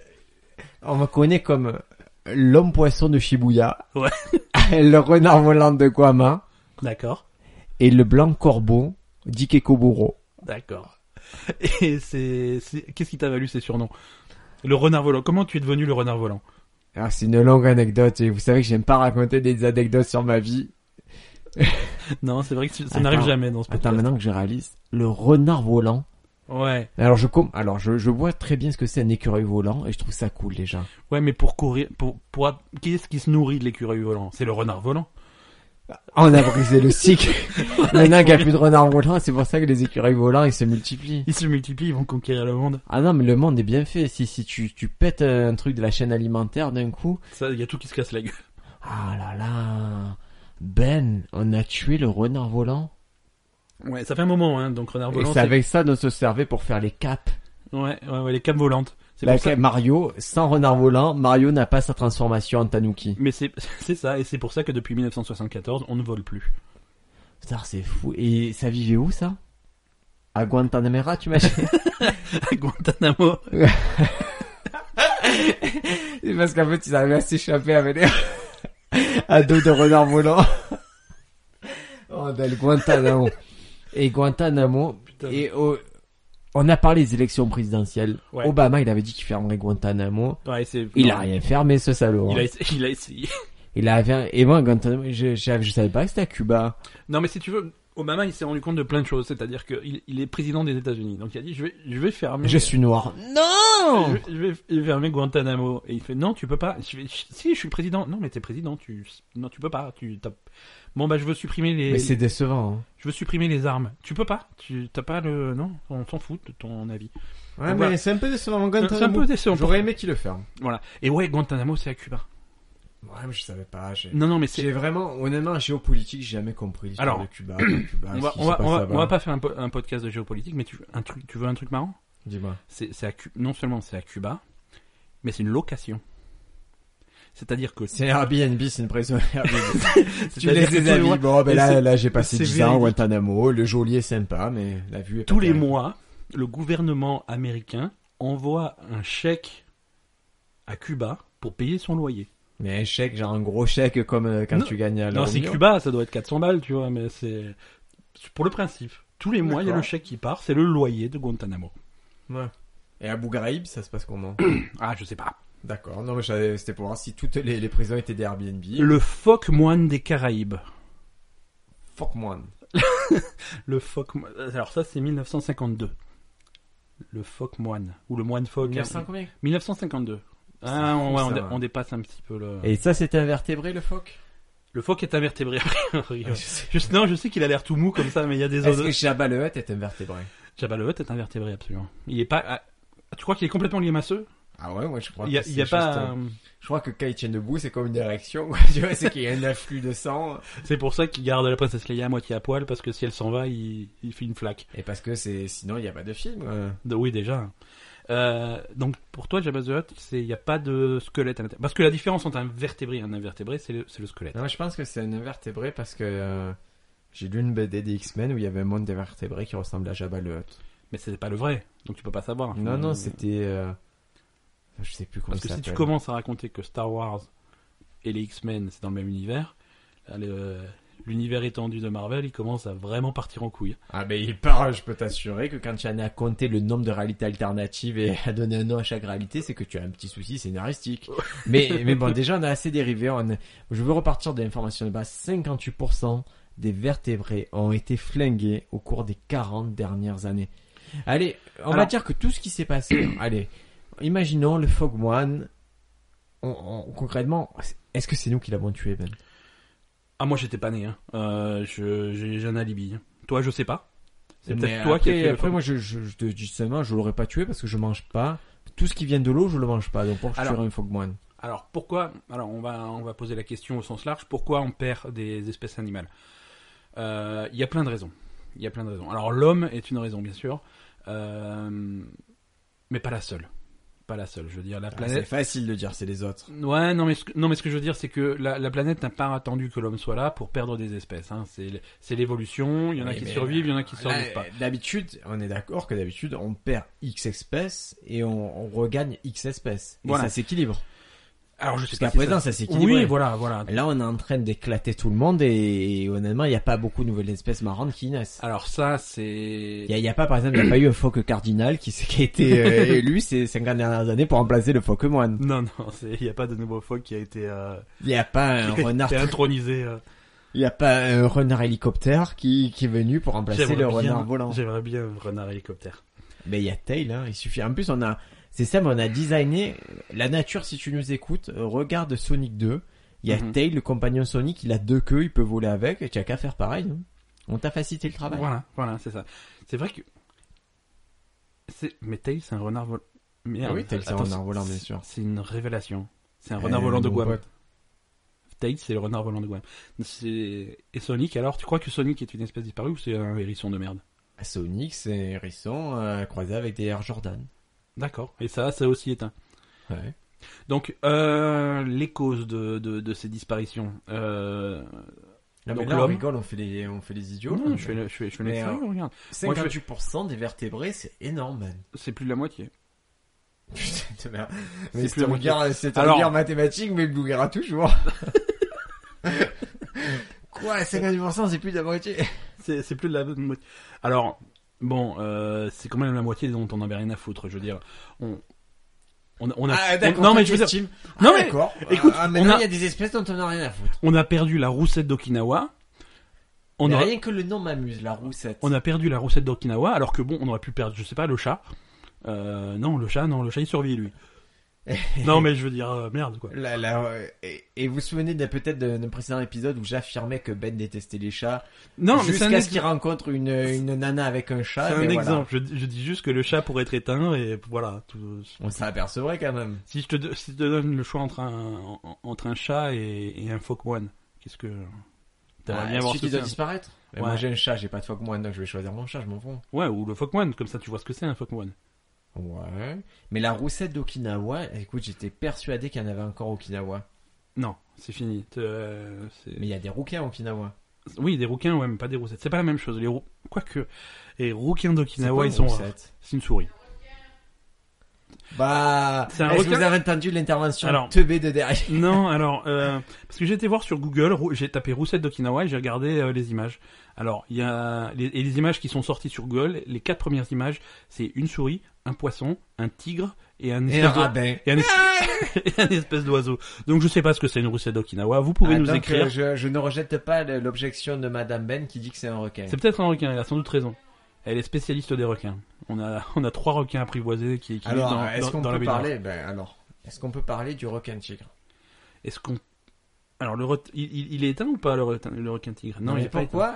B: On me connaît comme euh, l'homme poisson de Shibuya.
A: Ouais.
B: [laughs] le renard volant de Guama.
A: D'accord,
B: Et le blanc corbeau d'Ikekoburo.
A: d'accord. [laughs] Et c'est, c'est- qu'est-ce qui t'a valu ces surnoms Le renard volant. Comment tu es devenu le renard volant
B: Alors, Ah, c'est une longue anecdote, et vous savez que j'aime pas raconter des anecdotes sur ma vie.
A: Non, c'est vrai que tu- ça
B: Attends.
A: n'arrive jamais dans ce podcast.
B: Attends, maintenant que je réalise, le renard volant.
A: Ouais,
B: Alors, je, com- alors je, je vois très bien ce que c'est un écureuil volant, et je trouve ça cool, déjà.
A: ouais, mais pour courir, pour, pour, att- qui est-ce qui se nourrit de l'écureuil volant C'est le renard volant.
B: On a brisé le cycle. Maintenant qu'il n'y a plus de renards volants, c'est pour ça que les écureuils volants, ils se multiplient.
A: Ils se multiplient, ils vont conquérir le monde.
B: Ah non, mais le monde est bien fait. Si, si tu, tu pètes un truc de la chaîne alimentaire d'un coup.
A: Ça, il y a tout qui se casse la gueule.
B: Ah là là. Ben, on a tué le renard volant.
A: [laughs] Ouais, ça fait un moment, hein. Donc renard
B: Et
A: volant.
B: c'est
A: c'est-
B: avec ça dont se servait pour faire les capes.
A: Ouais, ouais, ouais, les câbles volantes. C'est
B: Là,
A: pour ça.
B: Mario, sans renard volant, Mario n'a pas sa transformation en tanuki.
A: Mais c'est, [laughs] c'est ça, et c'est pour ça que depuis 1974, on ne vole plus. [laughs]
B: Putain, c'est fou. Et ça vivait où, ça? À Guantanamera, tu [laughs] imagines?
A: À
B: [laughs]
A: Guantanamo.
B: C'est parce qu'en fait, ils arrivaient à s'échapper avec les... [laughs] à dos de renard volant. oh, dans le Guantanamo. Et Guantanamo,
A: Putain.
B: et au- on a parlé des élections présidentielles.
A: Ouais.
B: Obama, il avait dit qu'il fermerait Guantanamo.
A: Ouais, c'est.
B: Il
A: non.
B: a rien fermé, ce salaud. hein.
A: Il a, essayé, [laughs] il a essayé.
B: Il a rien- Et moi, Guantanamo, je, je, je savais pas que c'était à Cuba.
A: Non, mais si tu veux, Obama, il s'est rendu compte de plein de choses. C'est-à-dire qu'il il est président des États-Unis. Donc il a dit, je vais, je vais fermer.
B: Je suis noir. Non!
A: Je, je vais, je vais fermer Guantanamo. Et il fait, non, tu peux pas. Je fais, si, je suis président. Non, mais t'es président. Tu, non, tu peux pas. Tu, t'as- bon, bah, je veux supprimer les,
B: Mais c'est décevant. hein.
A: je veux supprimer les armes. Tu peux pas. Tu, t'as pas le, non, on s'en fout de ton avis.
B: Ouais,
A: Voilà.
B: mais c'est un peu décevant,
A: C'est un peu décevant.
B: J'aurais aimé qu'il le ferme.
A: Voilà. Et ouais, Guantanamo, c'est à Cuba.
B: Ouais, mais je savais pas. j'ai-
A: Non, non, mais c'est.
B: J'ai vraiment, honnêtement, en géopolitique, j'ai jamais compris l'histoire
A: Alors,
B: de Cuba. de
A: [clears throat]
B: Cuba,
A: On
B: ce
A: va,
B: qui
A: on,
B: se
A: va,
B: passe
A: on va-
B: là-bas.
A: on va pas faire un, po- un podcast de géopolitique, mais tu, un truc, tu veux un truc marrant
B: Dis-moi.
A: c'est, c'est à Cu- Non seulement c'est à Cuba, mais c'est une location. C'est-à-dire que.
B: C'est Airbnb, c'est une prison
A: [laughs]
B: Airbnb. tu
A: c'est-à-dire
B: laisses
A: que tous
B: des
A: les
B: amis.
A: mois-
B: Bon, ben
A: Et
B: là,
A: c'est-
B: là j'ai passé
A: c'est
B: 10 ans à
A: véridique.
B: Guantanamo. Le geôlier est sympa, mais la vue est pas
A: tous les
B: terrible.
A: mois, le gouvernement américain envoie un chèque à Cuba pour payer son loyer.
B: Mais un chèque, genre un gros chèque comme euh, quand
A: Non.
B: tu gagnes à
A: Non,
B: l'euro
A: c'est
B: million.
A: Cuba, ça doit être 400 balles, tu vois, mais c'est c'est pour le principe. Tous les mois, il y a
B: D'accord.
A: le chèque qui part, c'est le loyer de Guantanamo.
B: Ouais. Et à Bougraïb, ça se passe comment [coughs]
A: Ah, je sais pas.
B: D'accord. Non, mais je savais- c'était pour voir si toutes les, les prisons étaient des Airbnb.
A: Le phoque moine des Caraïbes.
B: Fuck moine.
A: Le phoque moine. Alors ça, c'est 1952. Le phoque moine. Ou le moine phoque. hein. 1952. Ah, on,
B: fou,
A: ouais, on
B: ça,
A: dé-
B: ouais.
A: on dépasse un petit peu le...
B: Et ça, c'était un vertébré, le phoque Ah,
A: Le phoque est invertébré.
B: Je sais.
A: Je- non, je sais qu'il a l'air tout mou comme ça, mais il y a des
B: Est-ce
A: odeurs.
B: que Jabba le Hutt est un vertébré
A: Jabba le Hutt est invertébré, absolument. Il est pas. ah, Tu crois qu'il est complètement liamaceux
B: Ah ouais, moi je crois
A: Il y a,
B: que
A: il y a
B: c'est
A: pas.
B: juste, euh,
A: euh,
B: Je crois que quand il tient debout, c'est comme une érection. quoi. [laughs] tu vois, c'est qu'il y a un afflux de sang.
A: C'est pour ça qu'il garde la princesse Leia à moitié à poil parce que si elle s'en va, il, il fait une flaque.
B: Et parce que c'est sinon, il n'y a pas de film. euh.
A: De- oui, déjà. Euh, donc pour toi, Jabba the Hutt, c'est il n'y a pas de squelette à l'intérieur. Parce que la différence entre un vertébré et un invertébré, c'est le, c'est le squelette.
B: Non, mais je pense que c'est un invertébré parce que euh, j'ai lu une BD des X-Men où il y avait un monde d'invertébrés qui ressemblait à Jabba le Hutt.
A: Mais c'est pas le vrai, donc tu peux pas savoir.
B: Non, non,
A: Euh,
B: c'était. euh, Je sais plus comment
A: Parce
B: ça
A: que si tu
B: s'appelle.
A: commences à raconter que Star Wars et les X-Men, c'est dans le même univers, là, le- l'univers étendu de Marvel, il commence à vraiment partir en couille.
B: Ah, ben il part, je peux t'assurer que quand tu en as compté le nombre de réalités alternatives et à donner un nom à chaque réalité, c'est que tu as un petit souci scénaristique. mais, mais bon, déjà, on a assez dérivé. On... est- Je veux repartir de l'information de base. 58% des vertébrés ont été flingués au cours des 40 dernières années. Allez, on va
A: Alors-
B: dire que tout ce qui s'est passé, allez, imaginons le Fog Moine. On- on- concrètement, est-ce que c'est nous qui l'avons tué, Ben
A: Ah, moi j'étais pas né, hein. Euh, je- j'ai j'ai un alibi. Toi, je sais pas. C'est
B: Mais
A: peut-être toi qui as
B: après-
A: fait le
B: Après,
A: faux-
B: moi, je, je, je te dis seulement, je l'aurais pas tué parce que je mange pas. Tout ce qui vient de l'eau, je le mange pas. Donc, pourquoi je
A: Alors-
B: tuerais un phoque moine
A: Alors pourquoi Alors on va on va poser la question au sens large. Pourquoi on perd des espèces animales Euh, Il y a plein de raisons. Il y a plein de raisons. Alors l'homme est une raison bien sûr, Euh, mais pas la seule. Pas la seule. Je veux dire la planète.
B: facile de dire, Ah, c'est les autres.
A: Ouais, non mais, ce que, non mais ce que je veux dire c'est que la, la planète n'a pas attendu que l'homme soit là pour perdre des espèces. Hein. C'est l- c'est l'évolution, il y en a
B: Oui,
A: qui
B: mais
A: survivent, il y en a qui
B: Là,
A: survivent pas.
B: D'habitude, on est d'accord que d'habitude, on perd X espèces et on, on regagne X espèces. Et
A: Voilà.
B: ça s'équilibre.
A: Alors je sais
B: Jusqu'à
A: pas si ça-
B: présent, ça, s'équilibre.
A: Oui, voilà, voilà.
B: Là, on est en train d'éclater tout le monde et, et honnêtement, il n'y a pas beaucoup de nouvelles espèces marrantes qui naissent.
A: Alors ça c'est
B: Il n'y a, il y a pas, par exemple, il n'y a pas eu un phoque cardinal qui, [laughs] s- qui a été euh, élu ces 50 dernières années pour remplacer le phoque moine.
A: non non, c'est- il n'y a pas de nouveau phoque qui a été euh,
B: Il n'y a
A: [laughs]
B: pas un
A: qui a
B: renard
A: été intronisé. euh,
B: Il n'y a pas un renard hélicoptère qui, qui est venu pour remplacer
A: J'aimerais
B: le
A: bien-
B: renard volant.
A: J'aimerais bien un renard hélicoptère.
B: Mais il y a Tail, hein, il suffit. En plus, on a, c'est ça, mais on a designé la nature. Si tu nous écoutes, euh, regarde Sonic 2. Il y a
A: Mhm.
B: Tail, le compagnon Sonic, il a deux queues, il peut voler avec. Et tu as qu'à faire pareil. hein. On t'a facilité le travail.
A: Voilà, voilà, c'est ça. C'est vrai que. c'est- Mais Tail, c'est un renard volant.
B: Ah oui, Tail, c'est un renard volant, bien sûr.
A: C'est une révélation. C'est un
B: Euh,
A: renard volant de
B: mon
A: Guam.
B: pote.
A: Tail, c'est le renard volant de Guam. C'est- Et Sonic, alors, tu crois que Sonic est une espèce disparue ou c'est un hérisson de merde
B: Ah, Sonic, c'est un hérisson euh, croisé avec des Air Jordan.
A: D'accord. Et ça, ça aussi éteint.
B: Ouais.
A: Donc, euh, les causes de, de, de ces disparitions. Euh...
B: Là,
A: Donc
B: mais là, on
A: l'homme-
B: rigole, on fait les, on fait les idiots.
A: non,
B: là,
A: je fais
B: mais
A: le- je fais, je fais
B: Mais,
A: l'extérieur, regarde. Moi, je fais-
B: 58% des vertébrés, c'est énorme, man.
A: C'est plus de la moitié.
B: Putain de merde.
A: C'est
B: Mais
A: plus
B: c'est un
A: la moitié.
B: regard, c'est un
A: Alors-
B: regard mathématique, mais il
A: [laughs]
B: bouillera toujours. Quoi, 50%, c'est plus de la moitié.
A: C'est c'est plus de la moitié. Alors, bon, euh, c'est quand même la moitié dont on n'avait rien à foutre, je veux dire. On, on, on a,
B: Ah,
A: on-
B: d'accord.
A: non, mais
B: toi,
A: je veux dire,
B: t'estimes.
A: non,
B: Ah,
A: mais-
B: d'accord.
A: écoute,
B: ah,
A: on
B: maintenant,
A: a-
B: il y a des espèces dont on n'a rien à foutre.
A: on a perdu la roussette d'Okinawa. On,
B: Mais
A: aura-
B: Rien que le nom m'amuse, la roussette. [laughs]
A: on a perdu la roussette d'Okinawa, alors que bon, on aurait pu perdre, je sais pas, le chat. Euh, non, le chat, non, le chat il survit lui. non, mais je veux dire, euh, merde, quoi.
B: Là, là, euh, et, et vous vous souvenez d'un- peut-être d'un d'un précédent épisode où j'affirmais que Ben détestait les chats
A: Non, mais c'est un,
B: jusqu'à ce
A: ex-
B: qu'il rencontre une, une nana avec un chat.
A: c'est un
B: mais voilà.
A: exemple. Je, je dis juste que le chat pourrait être éteint et voilà. tout-
B: On s'apercevrait quand même.
A: Si je te, do- si je te donne le choix entre un, en- entre un chat et, et un fuck one, qu'est-ce que. T'aimerais
B: Ah,
A: bien voir
B: celui
A: ce que
B: qui doit
A: c'est. un-
B: disparaître. Mais
A: Ouais.
B: Moi j'ai un chat, j'ai pas de fois que moi, donc je vais choisir mon chat, je m'en fous.
A: hein Ouais, ou le fuck one, comme ça tu vois ce que c'est un fuck one.
B: Ouais. Mais la roussette d'Okinawa, écoute, j'étais persuadé qu'il y en avait encore à Okinawa.
A: Non, c'est fini. Te- euh, c'est-
B: Mais il y a des rouquins à Okinawa.
A: Oui, des rouquins, ouais, mais pas des roussettes. C'est pas la même chose. Les rou... Quoique, les rouquins
B: C'est
A: d'Okinawa,
B: quoi
A: ils
B: une
A: sont euh, rares.
B: roussette
A: C'est une souris.
B: Bah,
A: C'est un
B: est-ce que
A: requin
B: vous avez entendu l'intervention
A: Alors.
B: teubée de derrière
A: non, alors, euh, parce que j'ai été voir sur Google, rou- j'ai tapé roussette d'Okinawa et j'ai regardé euh, les images. Alors, il y a les, et les images qui sont sorties sur Google, les quatre premières images, c'est une souris, un poisson, un tigre et un
B: Et un
A: espèce d'o-
B: rabbin.
A: et un [laughs]
B: [laughs]
A: es- et un espèce d'oiseau. Donc je sais pas ce que c'est une roussette d'Okinawa. Vous pouvez
B: Ah,
A: nous
B: donc,
A: écrire.
B: euh, je, je ne rejette pas le- l'objection de Madame Ben qui dit que c'est un requin.
A: C'est peut-être un requin. Elle a sans doute raison. Elle est spécialiste des requins. On a [laughs] on a trois requins apprivoisés qui, qui
B: Alors,
A: vivent dans,
B: est-ce
A: dans-
B: qu'on
A: dans la
B: peut
A: baignoire.
B: parler Ben alors, est-ce qu'on peut parler du requin tigre
A: Est-ce qu'on alors le ret- il, il- il est éteint ou pas le, retin- le requin tigre Non, il
B: mais
A: est pas éteint.
B: pourquoi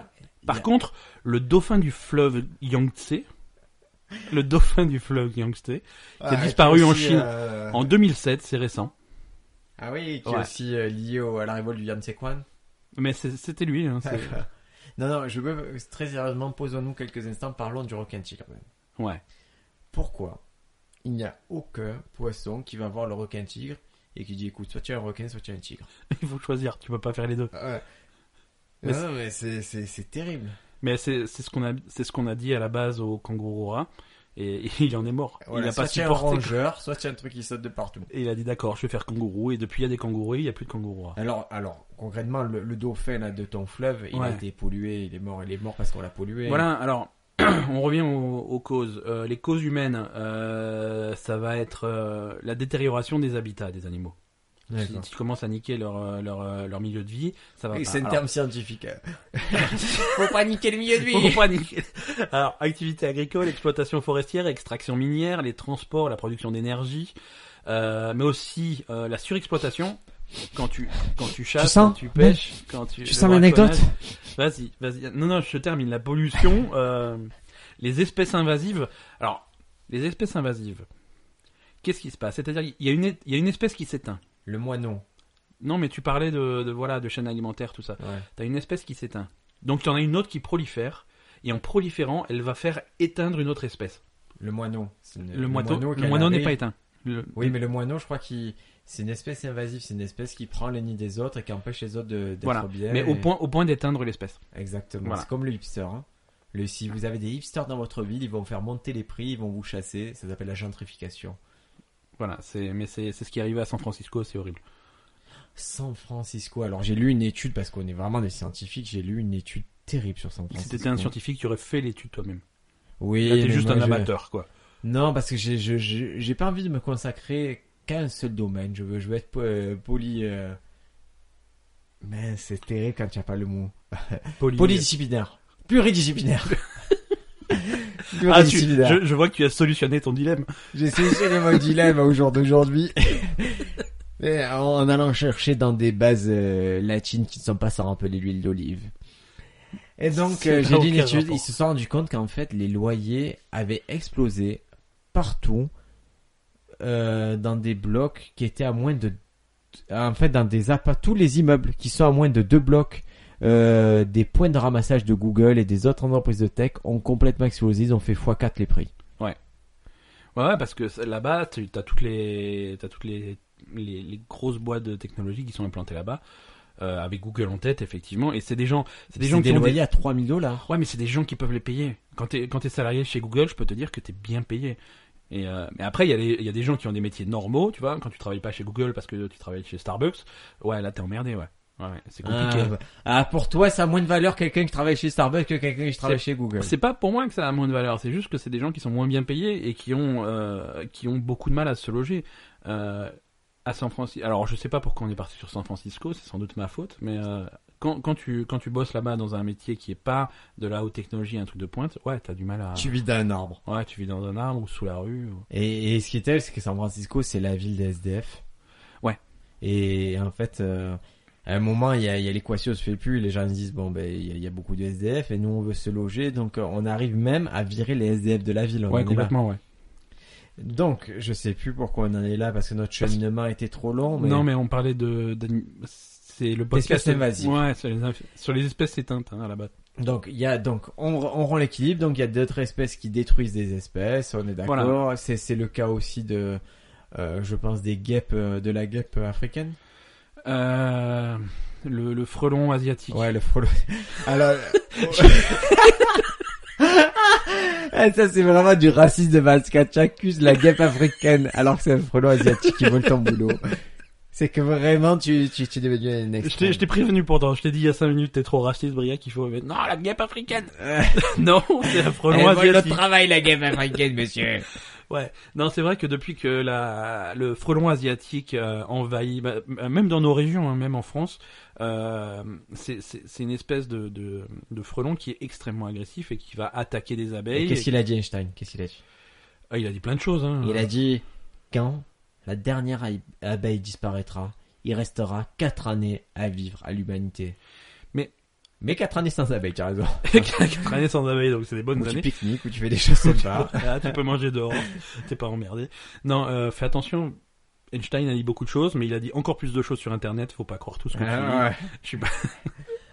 A: Par
B: Il y a-
A: contre, le dauphin du fleuve Yangtze, [laughs] le dauphin du fleuve Yangtze, a
B: Ah,
A: disparu
B: qui est
A: en
B: aussi,
A: Chine.
B: euh,
A: en 2007, c'est récent.
B: Ah oui, qui
A: Ouais.
B: est aussi euh, lié au- à la révolte du Yamtse Kwan.
A: Mais c'est- c'était lui. hein,
B: [laughs]
A: c'est-
B: non, non, je veux très sérieusement, posons-nous quelques instants, parlons du requin tigre. Ben.
A: ouais.
B: Pourquoi il n'y a aucun poisson qui va voir le requin tigre et qui dit écoute, soit tu es un requin, soit tu es un tigre
A: Il faut choisir. Tu peux pas faire les deux.
B: Ah ouais.
A: Mais
B: Non, non, mais c'est- c'est c'est terrible.
A: Mais c'est c'est ce qu'on a c'est ce qu'on a dit à la base au kangourou rat et, [laughs] et il en est mort.
B: Voilà,
A: il a pas
B: soit tu es un
A: supporté.
B: rongeur, soit tu es un truc qui saute de partout.
A: Et il a dit d'accord, je vais faire kangourou et depuis il y a des kangourous, il y a plus de kangourou rat.
B: Alors, alors concrètement, le, le dauphin là, de ton fleuve, il a
A: Ouais.
B: été pollué, il est mort, il est mort parce qu'on l'a pollué.
A: Voilà, alors [clears throat] on revient aux, aux causes. Euh, les causes humaines, euh, ça va être euh, la détérioration des habitats des animaux.
B: D'accord.
A: S'ils commencent à niquer leur, euh, leur, euh, leur milieu de vie, ça va
B: Et
A: pas.
B: c'est un
A: Alors,
B: terme scientifique. hein. [laughs] Faut pas niquer le milieu de
A: faut
B: vie.
A: pas niquer. bah, Alors, activité agricole, exploitation forestière, extraction minière, les transports, la production d'énergie, euh, mais aussi euh, la surexploitation. Quand tu quand tu chasses,
C: Tu sens
A: quand tu pêches, quand tu
C: Tu
A: le
C: sens l'anecdote
A: braconnage. Vas-y, vas-y. Non non, je termine la pollution, euh, les espèces invasives. Alors, les espèces invasives. Qu'est-ce qui se passe C'est-à-dire il y a une é- il y a une espèce qui s'éteint.
B: Le moineau.
A: Non, mais tu parlais de, de voilà de chaîne alimentaire tout ça.
B: Ouais.
A: T'as une espèce qui s'éteint. Donc tu en as une autre qui prolifère. Et en proliférant, elle va faire éteindre une autre espèce.
B: Euh, Le moineau. C'est une-
A: Le moineau, le
B: qu'elle
A: moineau n'est
B: avait.
A: pas éteint. Le-
B: Oui, mais le moineau, je crois qu'il c'est une espèce invasive, c'est une espèce qui prend les nids des autres et qui empêche les autres de- d'être
A: Voilà.
B: bien.
A: mais au
B: et-
A: point, au point d'éteindre l'espèce.
B: Exactement.
A: Voilà.
B: C'est comme le hipster. hein. Le, si vous avez des hipsters dans votre ville, ils vont faire monter les prix, ils vont vous chasser. Ça s'appelle la gentrification.
A: Voilà. C'est, mais c'est, c'est ce qui est arrivé à San Francisco, c'est horrible.
B: San Francisco. Alors j'ai lu une étude parce qu'on est vraiment des scientifiques. J'ai lu une étude terrible sur San
A: Si
B: Francisco.
A: t'étais un scientifique, tu aurais fait l'étude toi-même.
B: Oui.
A: Là, t'es
B: mais
A: juste
B: moi,
A: un
B: je-
A: amateur, quoi.
B: Non, parce que j'ai je- je- j'ai pas envie de me consacrer qu'à un seul domaine. Je veux je veux être po- euh, poli. euh, Mais c'est terrible quand tu as pas le mot.
A: Poly-
B: Polydisciplinaire. Pluridisciplinaire.
A: Ah, tu-
B: Pluridisciplinaire.
A: je, je vois que tu as solutionné ton dilemme.
B: J'ai sélectionné mon
A: bah,
B: dilemme au jour d'aujourd'hui. [laughs] Mais en allant chercher dans des bases euh, latines qui ne sont pas sans rappeler l'huile d'olive. Et donc,
A: C'est
B: euh,
A: pas
B: j'ai lu une
A: aucun
B: étude,
A: rapport.
B: ils se sont rendus compte qu'en fait, les loyers avaient explosé partout euh, dans des blocs qui étaient à moins de... En fait, dans des appâts, tous les immeubles qui sont à moins de deux blocs euh, des points de ramassage de Google et des autres entreprises de tech ont complètement explosé, ils ont fait x4 les prix.
A: Ouais, ouais, parce que c'est- là-bas, tu as toutes les, t'as toutes les, les, les grosses boîtes de technologie qui sont implantées là-bas, euh, avec Google en tête, effectivement. Et c'est des gens, c'est des gens qui ont des-
B: loyers à 3000 dollars.
A: Ouais, mais c'est des gens qui peuvent les payer. Quand t'es quand t'es salarié chez Google, je peux te dire que t'es bien payé. Et euh, mais après, il y, a les- il y a des gens qui ont des métiers normaux, tu vois. Quand tu travailles pas chez Google parce que tu travailles chez Starbucks, ouais, là t'es emmerdé, ouais. Ouais, ouais, c'est compliqué.
B: Ah, bah. Ah, pour toi, ça a moins de valeur quelqu'un qui travaille chez Starbucks que quelqu'un qui travaille chez Google.
A: C'est pas pour moi que ça a moins de valeur, c'est juste que c'est des gens qui sont moins bien payés et qui ont, euh, qui ont beaucoup de mal à se loger. Euh, à San Francisco. Alors, je sais pas pourquoi on est parti sur San Francisco, c'est sans doute ma faute, mais euh, quand, quand tu quand tu bosses là-bas dans un métier qui est pas de la haute technologie, un truc de pointe, ouais, t'as du mal à.
B: Tu vis d'un arbre.
A: Ouais, tu vis dans un arbre ou sous la rue. ou-
B: Et, et ce qui est tel, c'est que San Francisco, c'est la ville des SDF.
A: Ouais.
B: Et en fait, euh, à un moment, il y a, il y a l'équation se fait plus. Les gens disent bon ben il y, a- il y a beaucoup de SDF et nous on veut se loger, donc euh, on arrive même à virer les SDF de la ville. on en est
A: Ouais,
B: là.
A: complètement, ouais.
B: Donc je sais plus pourquoi on en est là parce que notre
A: Parce-
B: cheminement était trop long. Mais...
A: Non, mais on parlait de. d'ani- C'est le podcast.
B: D'espèces invasives.
A: Ouais, sur les, inf- sur les espèces éteintes hein, à la base.
B: Donc il y a donc on, on rend l'équilibre. Donc il y a d'autres espèces qui détruisent des espèces. On est d'accord. C'est c'est le cas aussi de euh, je pense des guêpes euh, de la guêpe africaine.
A: Euh, le, le frelon asiatique.
B: Ouais, le [laughs] frelon. Alors. Eh, ça, c'est vraiment du racisme de Masca. Tu accuses la guêpe africaine alors que c'est un frelon asiatique qui vole ton boulot. C'est que vraiment, tu, tu, tu es devenu un
A: Je
B: extrême.
A: t'ai- je t'ai prévenu pourtant, je t'ai dit il y a 5 minutes, t'es trop raciste, Briac, il faut mettre... Non, la guêpe africaine
B: Euh,
A: [laughs] Non, c'est un
B: elle
A: frelon
B: vole notre
A: asiatique
B: travail, la guêpe africaine, monsieur.
A: Ouais, non, c'est vrai que depuis que la, le frelon asiatique euh, envahit, bah, m- même dans nos régions, hein, même en France, euh, c'est c'est- c'est une espèce de, de, de frelon qui est extrêmement agressif et qui va attaquer des abeilles.
B: Et Qu'est-ce qu'il a dit, Einstein Qu'est-ce qu'il a dit
A: Ah, il a dit plein de choses. Hein. [laughs]
B: Il a dit quand la dernière abe- abeille disparaîtra, il restera quatre années à vivre à l'humanité.
A: Mais-
B: mais quatre années sans abeille, tu as raison.
A: Quatre années sans abeilles, donc c'est des bonnes
B: Ou tu
A: années.
B: pique-niques, ou tu fais
A: [laughs]
B: des choses sympas.
A: Ah, tu peux manger
B: [laughs]
A: dehors, t'es pas emmerdé. Non, euh, fais attention. Einstein a dit beaucoup de choses, mais il a dit encore plus de choses sur Internet. Faut pas croire tout ce que tu dis.
B: Ah ouais.
A: Je suis pas.
B: [laughs]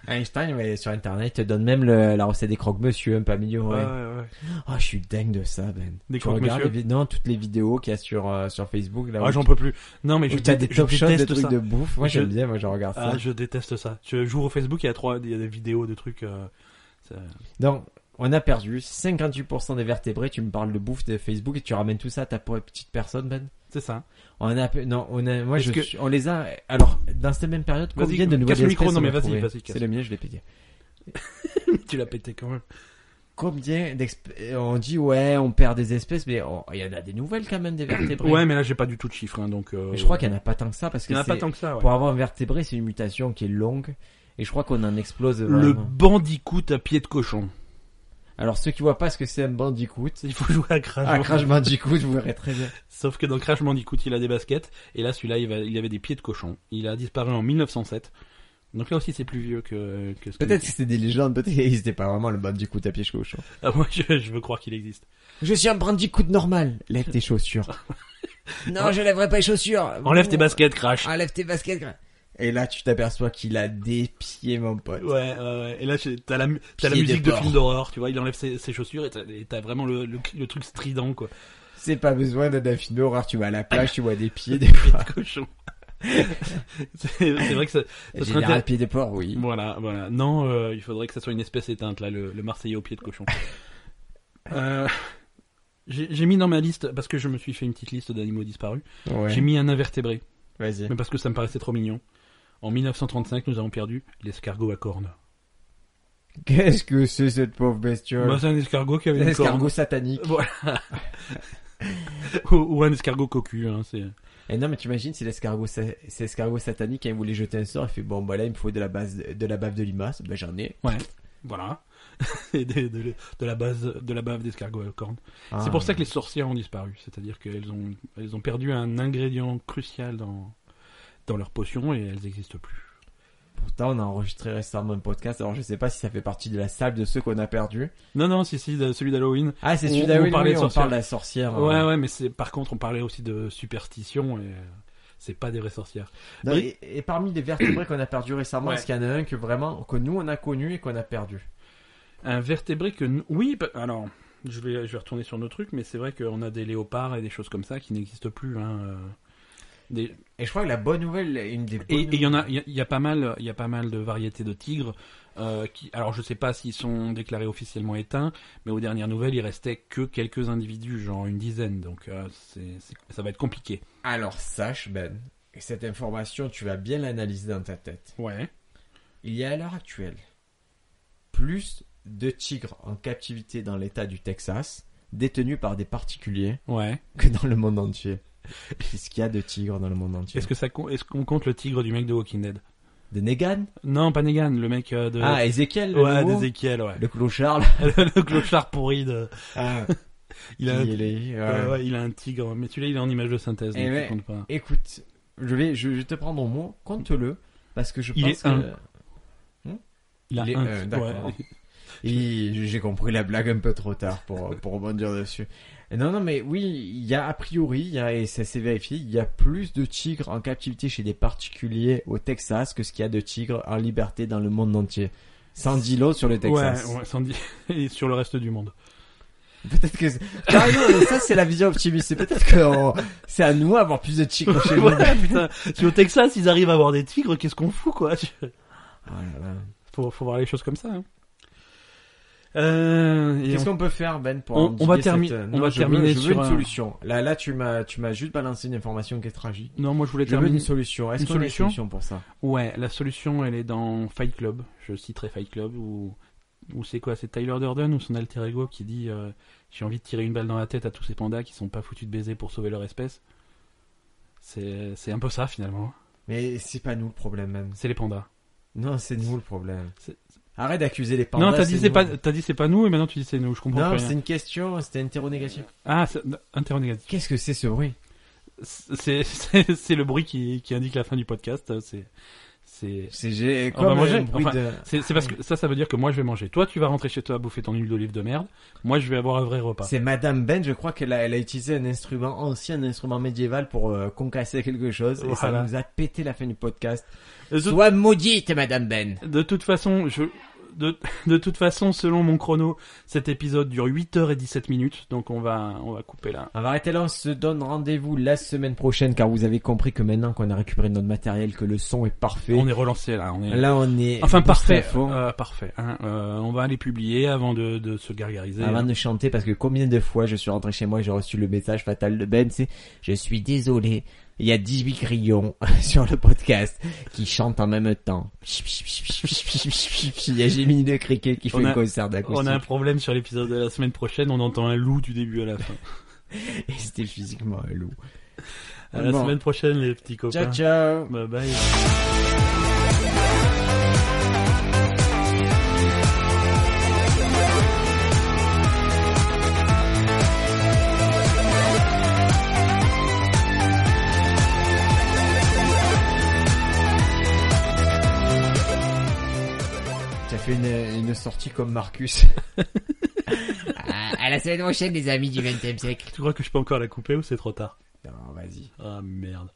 B: Einstein, ouais, sur internet, il te donne même le- la recette des croque-monsieur, un pas million.
A: Ouais,
B: Ouais.
A: ouais, ouais.
B: Oh, je suis dingue de ça, Ben.
A: Des
B: Tu regardes
A: croque-monsieur
B: les vi- Non, toutes les vidéos qu'il y a sur, euh, sur Facebook. Là,
A: Ah,
B: où
A: j'en
B: tu-
A: peux plus. Non, mais
B: où
A: je,
B: t'as
A: dé-
B: des
A: je
B: top shots, des
A: déteste
B: trucs
A: ça.
B: de bouffe. Moi,
A: Je-
B: j'aime bien, moi, je regarde ça.
A: Ah, je déteste ça. Je joue au Facebook, il y a trois, il y a des vidéos de trucs. euh, ça-
B: Donc, on a perdu 58% des vertébrés. Tu me parles de bouffe de Facebook et tu ramènes tout ça à ta po- petite personne, Ben.
A: C'est ça.
B: On a, peu- non, on a, moi,
A: Est-ce
B: je,
A: que-
B: suis- on les a, alors, dans cette même période,
A: Vas-y,
B: combien de nouvelles
A: casse le micro,
B: espèces
A: non,
B: on
A: mais
B: a
A: vas-y,
B: trouvées
A: vas-y, casse.
B: C'est le mien, je l'ai piqué.
A: [laughs] tu l'as pété quand même.
B: Combien d'espèces On dit ouais, on perd des espèces, mais on- il y en a des nouvelles quand même des vertébrés.
A: Ouais, mais là j'ai pas du tout de chiffres, hein, donc. euh,
B: Mais je crois qu'il y en a pas tant que ça parce que
A: il y en a
B: c'est-
A: pas tant que ça. Ouais.
B: pour avoir un vertébré, c'est une mutation qui est longue et je crois qu'on en explose.
A: Le
B: vraiment.
A: bandicoot à pied de cochon.
B: Alors ceux qui voient pas ce que c'est un bandicoot,
A: [laughs] Il faut jouer à Crash.
B: un crash bandicoot, vous verrez très bien.
A: Sauf que dans Crash Bandicoot, il a des baskets, et là, celui-là, il, va- il avait des pieds de cochon. Il a disparu en 1907. Donc là aussi, c'est plus vieux que, que ce que-
B: Peut-être que c'était des légendes, peut-être qu'ils étaient pas vraiment le bandicoot à pied gauche.
A: [laughs] Ah, moi, je, je veux croire qu'il existe.
B: Je suis un bandicoot normal. Lève tes chaussures. [laughs] non, je lèverai pas les chaussures.
A: Enlève tes baskets, Crash.
B: Enlève tes baskets. gras. Et là, tu t'aperçois qu'il a des pieds, mon pote.
A: Ouais, ouais, ouais. Et là, j'ai- t'as la, mu- t'as la
B: Pied
A: musique
B: de
A: de
B: porc.
A: film d'horreur, tu vois. Il enlève ses, ses chaussures et t'as- et t'as vraiment le, le, le truc strident, quoi.
B: C'est pas besoin d'un daphino horreur, tu vas à la plage, tu vois
A: [laughs]
B: des pieds, des
A: Des pieds de cochon. c'est c'est vrai que ça,
B: J'ai
A: ça
B: des
A: serait intéressant.
B: pieds de porc, oui.
A: Voilà, voilà. Non, euh, il faudrait que ça soit une espèce éteinte, là, le, le Marseillais au pied de
B: [laughs]
A: cochon. Euh, J'ai j'ai mis dans ma liste, parce que je me suis fait une petite liste d'animaux disparus,
B: Ouais.
A: j'ai mis un invertébré,
B: Vas-y.
A: mais parce que ça me paraissait trop mignon. En 1935, nous avons perdu l'escargot à cornes.
B: Qu'est-ce que c'est cette pauvre bestiole
A: Bah, c'est un escargot qui avait
B: Un
A: une
B: escargot
A: corne.
B: satanique.
A: Voilà. ou, [laughs] ou un escargot cocu, hein, c'est...
B: Et non, mais t'imagines, c'est l'escargot, sa- c'est l'escargot satanique, hein, il voulait jeter un sort, il fait bon, bah là, il me faut de la base, de la bave de limace, ben j'en ai.
A: Voilà. [laughs] Et de, de- de la base, de la bave d'escargot à cornes.
B: Ah.
A: C'est pour ça que les sorcières ont disparu, c'est-à-dire qu'elles ont, elles ont perdu un ingrédient crucial dans, dans leur potion et elles n'existent plus.
B: Pourtant, on a enregistré récemment un podcast, alors je sais pas si ça fait partie de la salle de ceux qu'on a perdu.
A: Non, non, si, si, de- celui d'Halloween.
B: Ah, c'est
A: On-
B: celui-là,
A: on
B: oui,
A: parlait
B: oui,
A: de
B: on
A: sorcière.
B: parle de la sorcière.
A: Ah, Ouais,
B: euh.
A: ouais, mais c'est, par contre, on parlait aussi de superstition et euh, c'est pas des vraies sorcières.
B: Non,
A: Bri-
B: et, et parmi les vertébrés qu'on a perdu récemment,
A: Ouais.
B: est-ce qu'il y en a un que vraiment, que nous on a connu et qu'on a perdu
A: Un vertébré que, nous- oui, pa- alors, je vais, je vais retourner sur nos trucs, mais c'est vrai qu'on a des léopards et des choses comme ça qui n'existent plus, hein. euh, des,
B: Et je crois que la bonne nouvelle, une des
A: Et
B: bonnes
A: et il y en a, il y, a- il y a pas mal, il y a pas mal de variétés de tigres. euh, qui, alors je sais pas s'ils sont déclarés officiellement éteints, mais aux dernières nouvelles, il restait que quelques individus, genre une dizaine. Donc euh, c'est- c'est- ça va être compliqué.
B: Alors sache Ben, que cette information tu vas bien l'analyser dans ta tête.
A: Ouais.
B: Il y a à l'heure actuelle plus de tigres en captivité dans l'État du Texas détenus par des particuliers
A: Ouais.
B: que dans le monde [laughs] entier. Puisqu'il y a de tigres dans le monde entier.
A: Est-ce que ça, com- est-ce qu'on compte le tigre du mec de Walking Dead
B: de Negan
A: Non, pas Negan, le mec euh, de.
B: Ah, Ezekiel, le,
A: ouais,
B: nouveau
A: d'Ezekiel, ouais.
B: le clochard. là.
A: [laughs] le clochard pourri de.
B: Ah,
A: Il a, un...
B: [laughs] il est-
A: ouais,
B: ouais.
A: ouais, euh, il a un tigre, mais celui-là, il est en image de synthèse,
B: Eh
A: donc
B: ouais.
A: ça compte pas.
B: Écoute, je vais, je, je vais te prendre mon mot, compte-le, parce que je
A: Il
B: pense
A: est
B: que...
A: un. Il a
B: Il est-
A: un.
B: euh,
A: ouais.
B: d'accord. Et j'ai compris la blague un peu trop tard
A: [laughs]
B: pour, pour rebondir dessus. Non, non, mais oui, il y a a priori, il y a, et ça s'est vérifié, il y a plus de tigres en captivité chez des particuliers au Texas que ce qu'il y a de tigres en liberté dans le monde entier. Sans dilo sur le Texas.
A: Ouais, ouais, sans dire- [laughs] et sur le reste du monde.
B: Peut-être que... Par exemple, ça c'est la vision optimiste, c'est peut-être que on- c'est à nous d'avoir plus de tigres chez
A: [laughs]
B: nous.
A: Ouais, putain. Si au Texas, ils arrivent à avoir des tigres, qu'est-ce qu'on fout, quoi
B: Oh là là.
A: [laughs] faut, faut voir les choses comme ça. hein. Euh, et
B: Qu'est-ce
A: on-
B: qu'on peut faire Ben pour
A: on-
B: endiguer
A: on va termi-
B: cette- euh,
A: on va
B: je veux-
A: terminer
B: je veux
A: sur
B: une
A: un-
B: solution. Là là tu m'as tu m'as juste balancé une information qui est tragique.
A: Non, moi je voulais
B: Je veux
A: terminer.
B: une solution. Est-ce
A: une
B: qu'on a une
A: solution
B: solution pour ça
A: Ouais, la solution, elle est dans Fight Club. Je citerai Fight Club ou ou c'est quoi C'est Tyler Durden ou son alter ego qui dit euh, j'ai envie de tirer une balle dans la tête à tous ces pandas qui sont pas foutus de baiser pour sauver leur espèce. C'est c'est un peu ça finalement.
B: Mais c'est pas nous le problème même.
A: C'est les pandas.
B: Non, c'est nous le problème.
A: C'est-
B: Arrête d'accuser les parents.
A: non, t'as dit c'est pas t'as dit c'est pas nous et maintenant tu dis c'est nous. Je comprends pas
B: Non,
A: rien.
B: c'était une question, c'était interrogatif.
A: Ah, c'est- interrogatif.
B: Qu'est-ce que c'est ce bruit
A: C'est c'est [laughs] c'est le bruit qui qui indique la fin du podcast. C'est c'est
B: C'est j'ai
A: On va
B: comme
A: manger,
B: un bruit
A: enfin,
B: de.
A: C'est c'est parce que ça, ça veut dire que moi je vais manger. Toi, tu vas rentrer chez toi bouffer ton huile d'olive de merde. Moi, je vais avoir un vrai repas.
B: C'est Madame Ben, je crois qu'elle a, elle a utilisé un instrument ancien, un instrument médiéval pour euh, concasser quelque chose et ça
A: Voilà.
B: nous a pété la fin du podcast.
A: De, toute-
B: Sois maudite, Madame Ben.
A: de toute façon, je, de, [laughs] de toute façon, selon mon chrono, cet épisode dure 8h17 minutes. Donc on va, on va couper là.
B: On va arrêter là, on se donne rendez-vous la semaine prochaine car vous avez compris que maintenant qu'on a récupéré notre matériel, que le son est parfait.
A: On est relancé là. On est...
B: Là on est...
A: Enfin,
B: boosté à
A: parfait.
B: fond.
A: Euh, parfait. hein. Euh, on va les publier avant de, de se gargariser. hein.
B: Avant de chanter, parce que combien de fois je suis rentré chez moi et j'ai reçu le message fatal de Ben, c'est je suis désolé, il y a 18 grillons [laughs] sur le podcast qui chantent en même temps. Il y a Gémini le criquet qui fait
A: On a-
B: le concert d'acoustique.
A: On a un problème sur l'épisode de la semaine prochaine. On entend un loup du début à la fin.
B: Et c'était physiquement un loup.
A: À la
B: Bon.
A: semaine prochaine, les petits copains.
B: Ciao, ciao
A: Bye bye.
B: T'as fait une, une sortie
A: [laughs]
B: comme Marcus.
C: À, à la semaine prochaine, les amis du 20e siècle.
A: Tu crois que je peux encore la couper ou c'est trop tard
B: Non, vas-y.
A: Ah merde.